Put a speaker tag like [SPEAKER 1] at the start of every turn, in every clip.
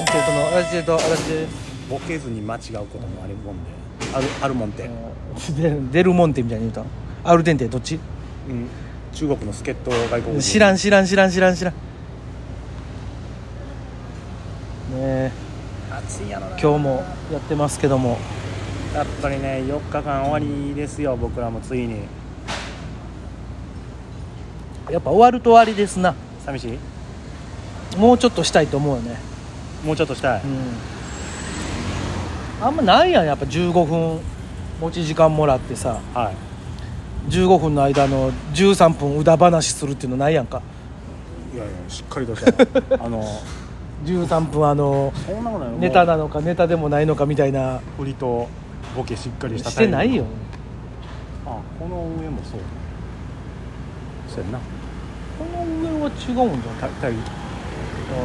[SPEAKER 1] 私と私で
[SPEAKER 2] ボケずに間違うこともあるもんであるあるもんって、
[SPEAKER 1] でデルモンテみたいに言うたのアルデンテどっち
[SPEAKER 2] うん中国の助っ人外国人
[SPEAKER 1] 知らん知らん知らん知らん知らんねえ
[SPEAKER 2] 暑いやろな
[SPEAKER 1] 今日もやってますけども
[SPEAKER 2] やっぱりね4日間終わりですよ僕らもついに
[SPEAKER 1] やっぱ終わると終わりですな
[SPEAKER 2] 寂しい
[SPEAKER 1] もうちょっとしたいと思うよね
[SPEAKER 2] もうちょっとしたい、
[SPEAKER 1] あんまないやんやっぱ15分持ち時間もらってさ
[SPEAKER 2] はい
[SPEAKER 1] 15分の間の13分無駄話するっていうのないやんか
[SPEAKER 2] いやいやしっかりとした あの
[SPEAKER 1] 13分あの
[SPEAKER 2] そんなことない
[SPEAKER 1] ネタ
[SPEAKER 2] だ
[SPEAKER 1] なのかネタでもないのかみたいな
[SPEAKER 2] 振りとボケしっかりした
[SPEAKER 1] して
[SPEAKER 2] タ
[SPEAKER 1] な
[SPEAKER 2] イ
[SPEAKER 1] い
[SPEAKER 2] ミン
[SPEAKER 1] よ
[SPEAKER 2] グあこの上もそうそうやんな
[SPEAKER 1] この上は違うんじゃ
[SPEAKER 2] たたい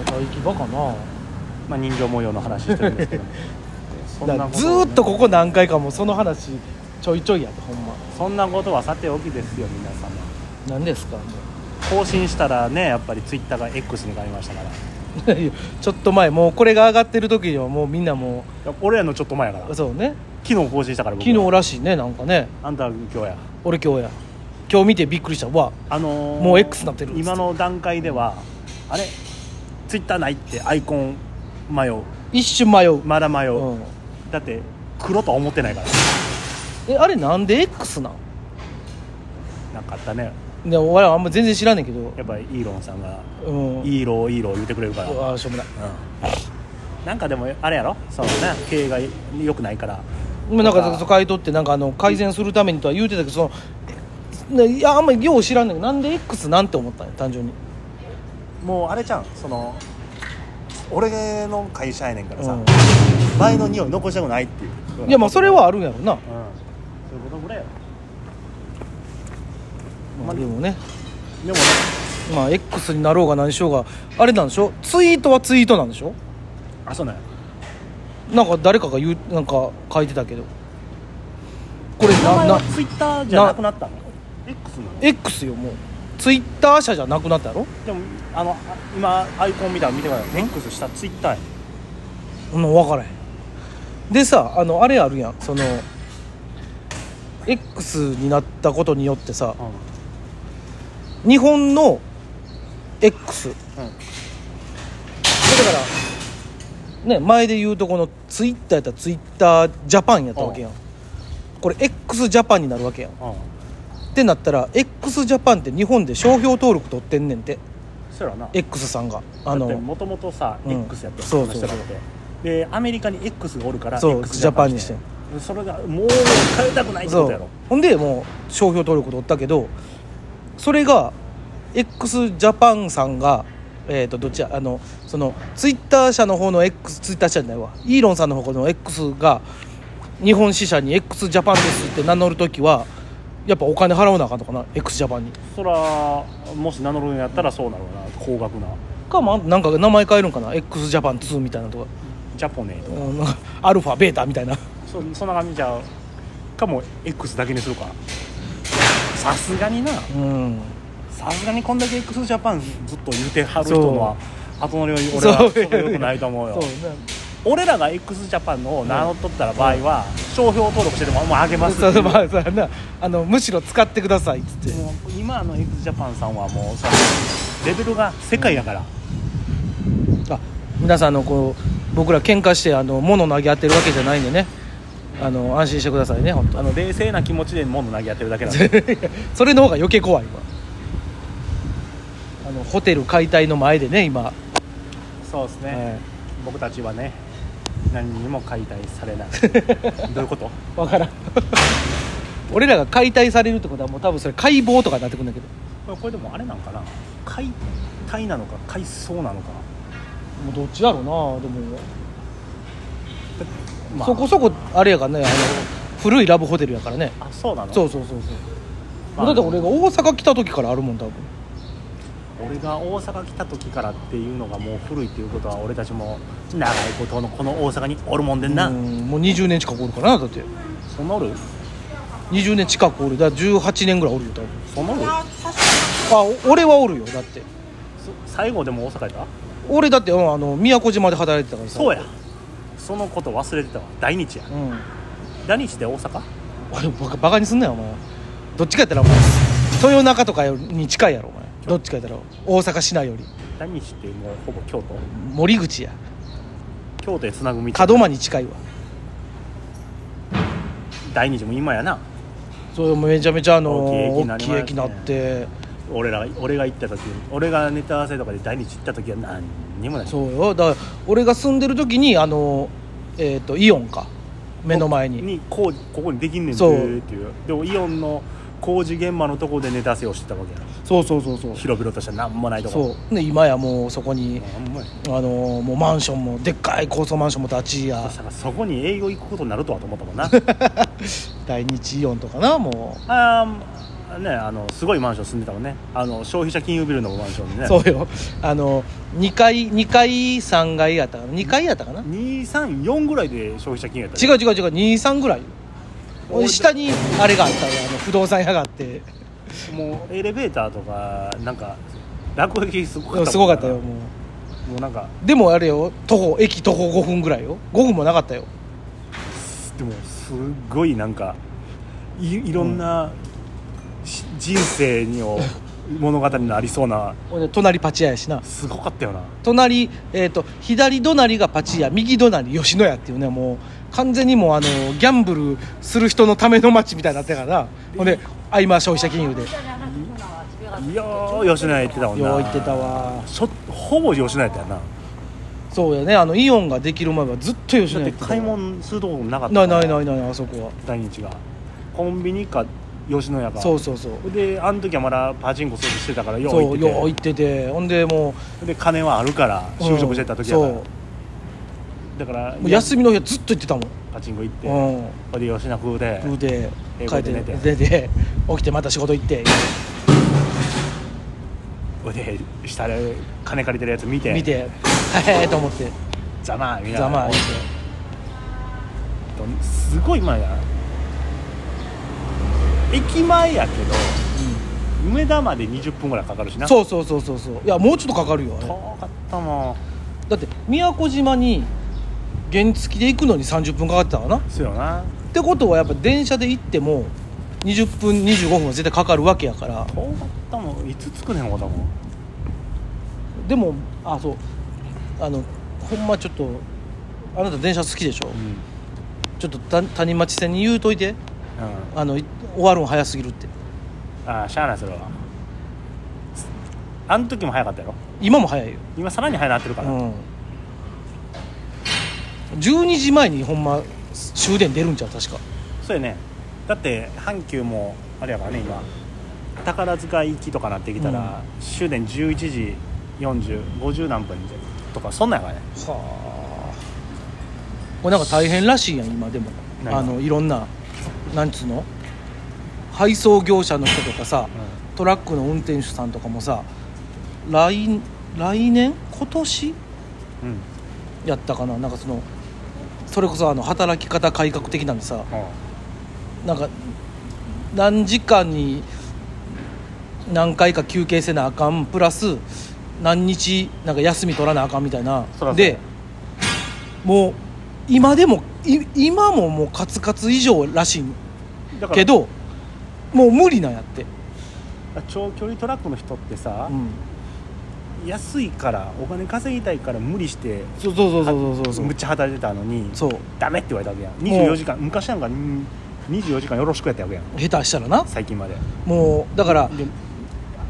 [SPEAKER 1] 大気場かな
[SPEAKER 2] まあ、人形模様の話してるんです けどそん
[SPEAKER 1] だ
[SPEAKER 2] な
[SPEAKER 1] から
[SPEAKER 2] こと
[SPEAKER 1] ずーっとここ何回かもその話ちょいちょいやとほんま
[SPEAKER 2] そんなことはさておきですよ皆様
[SPEAKER 1] 何ですかも
[SPEAKER 2] 更新したらねやっぱりツイッターが X に変わりましたからいう
[SPEAKER 1] いやちょっと前もうこれが上がってる時にはもうみんなも
[SPEAKER 2] や俺らのちょっと前やから
[SPEAKER 1] うそうね
[SPEAKER 2] 昨日更新したから僕
[SPEAKER 1] 昨日らしいねなんかね
[SPEAKER 2] あんた今日や
[SPEAKER 1] 俺今日や今日見てびっくりしたわ
[SPEAKER 2] あのー
[SPEAKER 1] もう X になってるっつって
[SPEAKER 2] 今の段階ではあれツイッターないってアイコン迷う
[SPEAKER 1] 一瞬迷う、
[SPEAKER 2] まだ迷う、
[SPEAKER 1] うん、
[SPEAKER 2] だって黒とは思ってないから
[SPEAKER 1] えあれなんで X なん
[SPEAKER 2] なんかあったね
[SPEAKER 1] で俺はあんま全然知らんねんけど
[SPEAKER 2] やっぱりイーロンさんが
[SPEAKER 1] うん
[SPEAKER 2] 「イーローイーロー」言ってくれるから
[SPEAKER 1] ああしょうもない
[SPEAKER 2] うんなんかでもあれやろそうね経営が良くないから
[SPEAKER 1] 今なんか書いとってなんかあの改善するためにとは言うてたけどそのねいやあんまりよう知らんねんけどなんで X なんて思ったんや単純に
[SPEAKER 2] もうあれじゃんその俺の会社やねんからさ、
[SPEAKER 1] う
[SPEAKER 2] 前の匂い残したくないっていうん
[SPEAKER 1] いやまあそれはあるんやろな
[SPEAKER 2] うんそういうことぐらいよ
[SPEAKER 1] まあでもね
[SPEAKER 2] でもね
[SPEAKER 1] まあ X になろうが何しようがあれなんでしょツイートはツイートなんでしょ
[SPEAKER 2] あそうなんや
[SPEAKER 1] なんか誰かが言うなんか書いてたけどこれ
[SPEAKER 2] 名前
[SPEAKER 1] な
[SPEAKER 2] は
[SPEAKER 1] な
[SPEAKER 2] ツイッターじゃなくなったの X なの
[SPEAKER 1] X よもうツイッター社じゃなくなったやろ
[SPEAKER 2] でもあのあ今アイコン見たら見てください X したツイッターや
[SPEAKER 1] うん分からへんでさあのあれあるやんその X になったことによってさ
[SPEAKER 2] うん
[SPEAKER 1] 日本の X だからね前で言うとこのツイッターやったらツイッタージャパンやったわけやんこれ x ジャパンになるわけやんっ
[SPEAKER 2] うんうん
[SPEAKER 1] てなったら x ジャパンって日本で商標登録取ってんねんて
[SPEAKER 2] そうやろな
[SPEAKER 1] X さんがあ
[SPEAKER 2] だって
[SPEAKER 1] の
[SPEAKER 2] もともとさ、
[SPEAKER 1] うん
[SPEAKER 2] X やって
[SPEAKER 1] そうそうそ
[SPEAKER 2] 話し
[SPEAKER 1] う
[SPEAKER 2] てたってでアメリカに X がおるから
[SPEAKER 1] そう
[SPEAKER 2] X
[SPEAKER 1] ジャパンにして
[SPEAKER 2] んそれがもう変えたくないってこ
[SPEAKER 1] そ
[SPEAKER 2] とやろ
[SPEAKER 1] うほんでもう商標登録取ったけどそれが x ジャパンさんがえー、とどっちやあのそのツイッター社の方の X ツイッター社じゃないわイーロンさんの方の X が日本支社に x ジャパンですって名乗る時はやっぱお金払わなあかんのかな x ジャパンに
[SPEAKER 2] そらもし名乗るんやったらそうなるな高額な
[SPEAKER 1] かまあなんか名前変えるんかな x ジャパン2みたいなとか
[SPEAKER 2] ジャポネーとか
[SPEAKER 1] うんなんかアルファベータみたいな
[SPEAKER 2] そそんな感じじゃうかも X だけにするかさすがにな
[SPEAKER 1] うん
[SPEAKER 2] さすがにこんだけ x ジャパンずっと言うてはる人のは後乗りより俺
[SPEAKER 1] そ
[SPEAKER 2] は
[SPEAKER 1] う
[SPEAKER 2] それよくないと思うよ
[SPEAKER 1] そうね
[SPEAKER 2] 俺らが x ジャパンのを名乗っとったら場合は商標登録してでももうあげますってい
[SPEAKER 1] そううまあそうやなあのむしろ使ってくださいっつって
[SPEAKER 2] もう今の x ジャパンさんはもうさレベルが世界やから、
[SPEAKER 1] あ皆さんあのこう僕ら喧嘩してあの物投げ合ってるわけじゃないんでねあの安心してくださいね本当
[SPEAKER 2] あ
[SPEAKER 1] あ
[SPEAKER 2] の冷静な気持ちで物投げやってるだけなんで
[SPEAKER 1] の それの方が余計怖いわあのホテル解体の前でね今、
[SPEAKER 2] そうですね、
[SPEAKER 1] え
[SPEAKER 2] 僕たちはね何にも解体され ないどういうこと
[SPEAKER 1] えわからん 俺らが解体されるってことはもう多分それ解剖とかになってくるんだけど
[SPEAKER 2] これこれでもあれなんかな解体なのか解層なのか
[SPEAKER 1] もうどっちやろうなでも、
[SPEAKER 2] まあ
[SPEAKER 1] そこそこあれやからねあの古いラブホテルやからね
[SPEAKER 2] あそうなの
[SPEAKER 1] そうそうそうそう、
[SPEAKER 2] まあ
[SPEAKER 1] だって俺が大阪来た時からあるもん多分
[SPEAKER 2] 俺が大阪来た時からっていうのがもう古いっていうことは俺たちも長いことのこの大阪におるもんでんな、
[SPEAKER 1] うんもう20年近くおるからなだって
[SPEAKER 2] そのおる
[SPEAKER 1] 20年近くおるだから18年ぐらいおるよ多分
[SPEAKER 2] そのおる
[SPEAKER 1] あお俺はおるよだって
[SPEAKER 2] そ最後でも大阪やった
[SPEAKER 1] 俺だってうんあの宮古島で働いてたからさ
[SPEAKER 2] そうやそのこと忘れてたわ大日や
[SPEAKER 1] うん
[SPEAKER 2] 大日って大阪
[SPEAKER 1] 俺バカバカにすんなよお前どっちかやったらお前豊中とかよりに近いやろお前どっちかやったら大阪市内より
[SPEAKER 2] 大日ってもうほぼ京都
[SPEAKER 1] 森口や
[SPEAKER 2] 京都へつなぐ道
[SPEAKER 1] 門真に近いわ
[SPEAKER 2] 大日も今やな
[SPEAKER 1] それもめちゃめちゃあの大
[SPEAKER 2] 大
[SPEAKER 1] き
[SPEAKER 2] き
[SPEAKER 1] い
[SPEAKER 2] い
[SPEAKER 1] 駅
[SPEAKER 2] 駅
[SPEAKER 1] に
[SPEAKER 2] に
[SPEAKER 1] な
[SPEAKER 2] な
[SPEAKER 1] っ
[SPEAKER 2] りまして
[SPEAKER 1] て
[SPEAKER 2] 俺ら俺が行った時俺がネタ合わせとかで大日行った時は何にもない
[SPEAKER 1] そうよだから俺が住んでる時にあのえっ、とイオンか目の前に
[SPEAKER 2] にこうここにできんねん
[SPEAKER 1] そう
[SPEAKER 2] でっていうでもイオンの工事現場のとこでネタ合わせをしてたわけやろ
[SPEAKER 1] そうそうそうそう
[SPEAKER 2] 広々とした何もないとこ
[SPEAKER 1] そうで今やもうそこに
[SPEAKER 2] あんまり
[SPEAKER 1] あのもうマンションもでっかい高層マンションも立ちや
[SPEAKER 2] そしたらそこに営業行くことになるとはと思ったもん な
[SPEAKER 1] 大日イオンとかなも
[SPEAKER 2] あーねあのすごいマンション住んでたもんねあの消費者金融ビルのマンションに
[SPEAKER 1] う、
[SPEAKER 2] ね
[SPEAKER 1] そうよあの2階2階3階やったかな2階やったかな
[SPEAKER 2] 234ぐらいで消費者金融やった
[SPEAKER 1] 違う違う違う23ぐらい
[SPEAKER 2] おい
[SPEAKER 1] 下にあれがあったよあの不動産屋があって
[SPEAKER 2] うもうエレベーターとかなんか落書きすごかったもんな
[SPEAKER 1] すごかったよもう
[SPEAKER 2] もうなんか
[SPEAKER 1] でもあれよ徒歩駅徒歩5分ぐらいよ5分もなかったよ
[SPEAKER 2] でもすごいなんかいいろんな、し人生に を物語になりそうな
[SPEAKER 1] ほんで隣パチ屋やしな
[SPEAKER 2] すごかったよな
[SPEAKER 1] 隣、えー、と左隣がパチ屋右隣吉野家っていうねもう完全にもうあのギャンブルする人のための街みたいになってからなほんで合間消費者金融でよ
[SPEAKER 2] いやー吉野家行ってたもん
[SPEAKER 1] う
[SPEAKER 2] な
[SPEAKER 1] 行ってたわ
[SPEAKER 2] しょほぼ吉野家やったよな
[SPEAKER 1] そうやねあのイオンができる前はずっと吉
[SPEAKER 2] だっ
[SPEAKER 1] 野
[SPEAKER 2] て
[SPEAKER 1] 家行ってた
[SPEAKER 2] 買い物するとこなかった
[SPEAKER 1] ないないないいないあそこは
[SPEAKER 2] 大日がコンビニか吉野家か
[SPEAKER 1] そうそうそう
[SPEAKER 2] であの時はまだパチンコ掃除してたからよう
[SPEAKER 1] そうよう
[SPEAKER 2] 行
[SPEAKER 1] 行
[SPEAKER 2] っ
[SPEAKER 1] ってててほんでも
[SPEAKER 2] てで金はあるから
[SPEAKER 1] う
[SPEAKER 2] 就職してた時や
[SPEAKER 1] うん
[SPEAKER 2] から、
[SPEAKER 1] そう
[SPEAKER 2] だから
[SPEAKER 1] もう休みの日はずっと行ってたもん
[SPEAKER 2] パチンコ行って、
[SPEAKER 1] うん
[SPEAKER 2] ほんで吉野風で
[SPEAKER 1] 食うて
[SPEAKER 2] 英
[SPEAKER 1] 帰
[SPEAKER 2] 語
[SPEAKER 1] って
[SPEAKER 2] で寝て
[SPEAKER 1] 出て起きてまた仕事行って
[SPEAKER 2] ほいで下で金借りてるやつ見て
[SPEAKER 1] 見てへえと思って
[SPEAKER 2] ざまあみたいな
[SPEAKER 1] ざまあ言って
[SPEAKER 2] すごい前や駅前やけど、梅田まで20分ぐらいかかるしなう
[SPEAKER 1] そうそうそうそうそういやもうちょっとかかるよあれ
[SPEAKER 2] 遠かったもん
[SPEAKER 1] だって宮古島に原付で行くのに30分かかってたかなっ
[SPEAKER 2] そうよな
[SPEAKER 1] てことはやっぱ電車で行っても20分25分は絶対かかるわけやから
[SPEAKER 2] 遠かったもんいつ着くねんこだもん
[SPEAKER 1] でもあそうあのほんまちょっとあなた電車好きでしょ
[SPEAKER 2] うん、
[SPEAKER 1] ちょっとた谷町線に言うといてあのい終わるん早すぎるって
[SPEAKER 2] ああしゃあないそれはあの時も早かったやろ
[SPEAKER 1] 今も早いよ
[SPEAKER 2] 今さらに早なってるから、
[SPEAKER 1] うん12時前にほんま終電出るんちゃう確か
[SPEAKER 2] そうやねだって阪急もあれやからね今宝塚行きとかなってきたら、終電11時4050何分でとかそんなんやからね
[SPEAKER 1] はあこれなんか大変らしいやん今でも
[SPEAKER 2] 何が
[SPEAKER 1] あのいろんななんつうの配送業者の人とかさトラックの運転手さんとかもさ来来年今年
[SPEAKER 2] うん、うん
[SPEAKER 1] やったかななんかそのそれこそあの働き方改革的なんでさなんか何時間に何回か休憩せなあかんプラス何日なんか休み取らなあかんみたいな
[SPEAKER 2] そらそう
[SPEAKER 1] でもう今でもい今ももうカツカツ以上らしい
[SPEAKER 2] だから
[SPEAKER 1] けどもう無理なんやって、
[SPEAKER 2] 長距離トラックの人ってさ
[SPEAKER 1] う、ん、
[SPEAKER 2] 安いからお金稼ぎたいから無理して
[SPEAKER 1] そうそうそうそうそうそう
[SPEAKER 2] むっちゃ働いてたのに
[SPEAKER 1] そう
[SPEAKER 2] ダメって言われたわけやん
[SPEAKER 1] もう
[SPEAKER 2] 24時間昔なんかうん24時間よろしくやったわけやん
[SPEAKER 1] 下手したらな
[SPEAKER 2] 最近まで
[SPEAKER 1] もうだから
[SPEAKER 2] で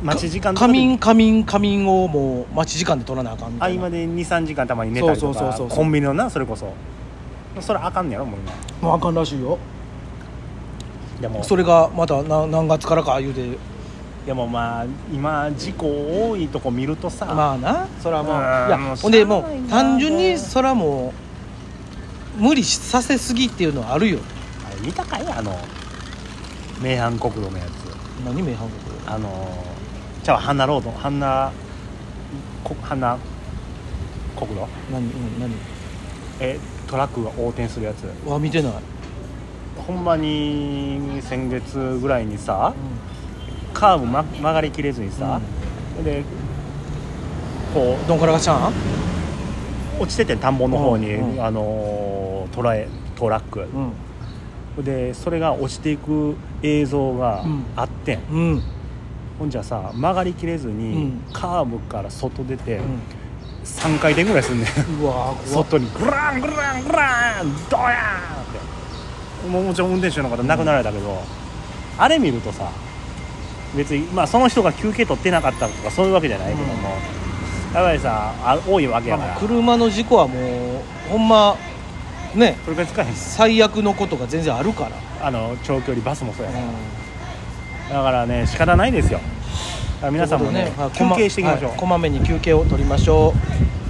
[SPEAKER 2] 待ち時間とかで
[SPEAKER 1] 仮眠仮眠仮眠をもう待ち時間で取らなあかんみ
[SPEAKER 2] 合
[SPEAKER 1] たいな
[SPEAKER 2] 間で23時間たまに寝たりと
[SPEAKER 1] そうそう
[SPEAKER 2] か
[SPEAKER 1] そうそう
[SPEAKER 2] コンビニのなそれこそそれあかんねやろもう今
[SPEAKER 1] もうあかんらしいよ
[SPEAKER 2] でも
[SPEAKER 1] それがまた何何月からか言うて
[SPEAKER 2] でもまあ今事故多いとこ見るとさ、
[SPEAKER 1] まあなそれはもう
[SPEAKER 2] うん
[SPEAKER 1] いや
[SPEAKER 2] もう
[SPEAKER 1] ほんでも
[SPEAKER 2] しゃあないうな
[SPEAKER 1] 単純
[SPEAKER 2] も
[SPEAKER 1] に
[SPEAKER 2] う
[SPEAKER 1] それはもう無理させすぎっていうのはあるよ
[SPEAKER 2] あれ見たかいあの名阪国道のやつ
[SPEAKER 1] 何名阪
[SPEAKER 2] あのじゃあ花ロード花こ花国道
[SPEAKER 1] 国何うん何
[SPEAKER 2] えトラックが横転するやつ
[SPEAKER 1] は見てない、
[SPEAKER 2] ほんまに先月ぐらいにさカーブ、ま、曲がりきれずにさ、でこう
[SPEAKER 1] どんからがちゃん
[SPEAKER 2] 落ちてて田んぼの方に、
[SPEAKER 1] うんうん
[SPEAKER 2] あのートラえトラック
[SPEAKER 1] うん
[SPEAKER 2] でそれが落ちていく映像が
[SPEAKER 1] うん
[SPEAKER 2] あってん、
[SPEAKER 1] うん
[SPEAKER 2] ほんじゃさ曲がりきれずに、
[SPEAKER 1] うん
[SPEAKER 2] カーブから外出て、
[SPEAKER 1] う
[SPEAKER 2] 3回転ぐらいすんねん
[SPEAKER 1] んうわー怖っ
[SPEAKER 2] 外にグラングラングランドヤーンってもうもちろん運転手の方亡くなられたけど、あれ見るとさ別にまあその人が休憩取ってなかったとかそういうわけじゃないけども、やっぱりさあ多いわけやから、
[SPEAKER 1] まあ
[SPEAKER 2] 取
[SPEAKER 1] 車の事故はもうほんまね
[SPEAKER 2] り返つかへんし
[SPEAKER 1] 最悪のことが全然あるから、
[SPEAKER 2] あの長距離バスもそうや
[SPEAKER 1] う
[SPEAKER 2] ね、
[SPEAKER 1] ん
[SPEAKER 2] だからね仕方ないですよだから皆さんもね
[SPEAKER 1] ということで
[SPEAKER 2] 休
[SPEAKER 1] はい
[SPEAKER 2] 憩していきましょう、
[SPEAKER 1] こまはいこまめに休憩を取りましょう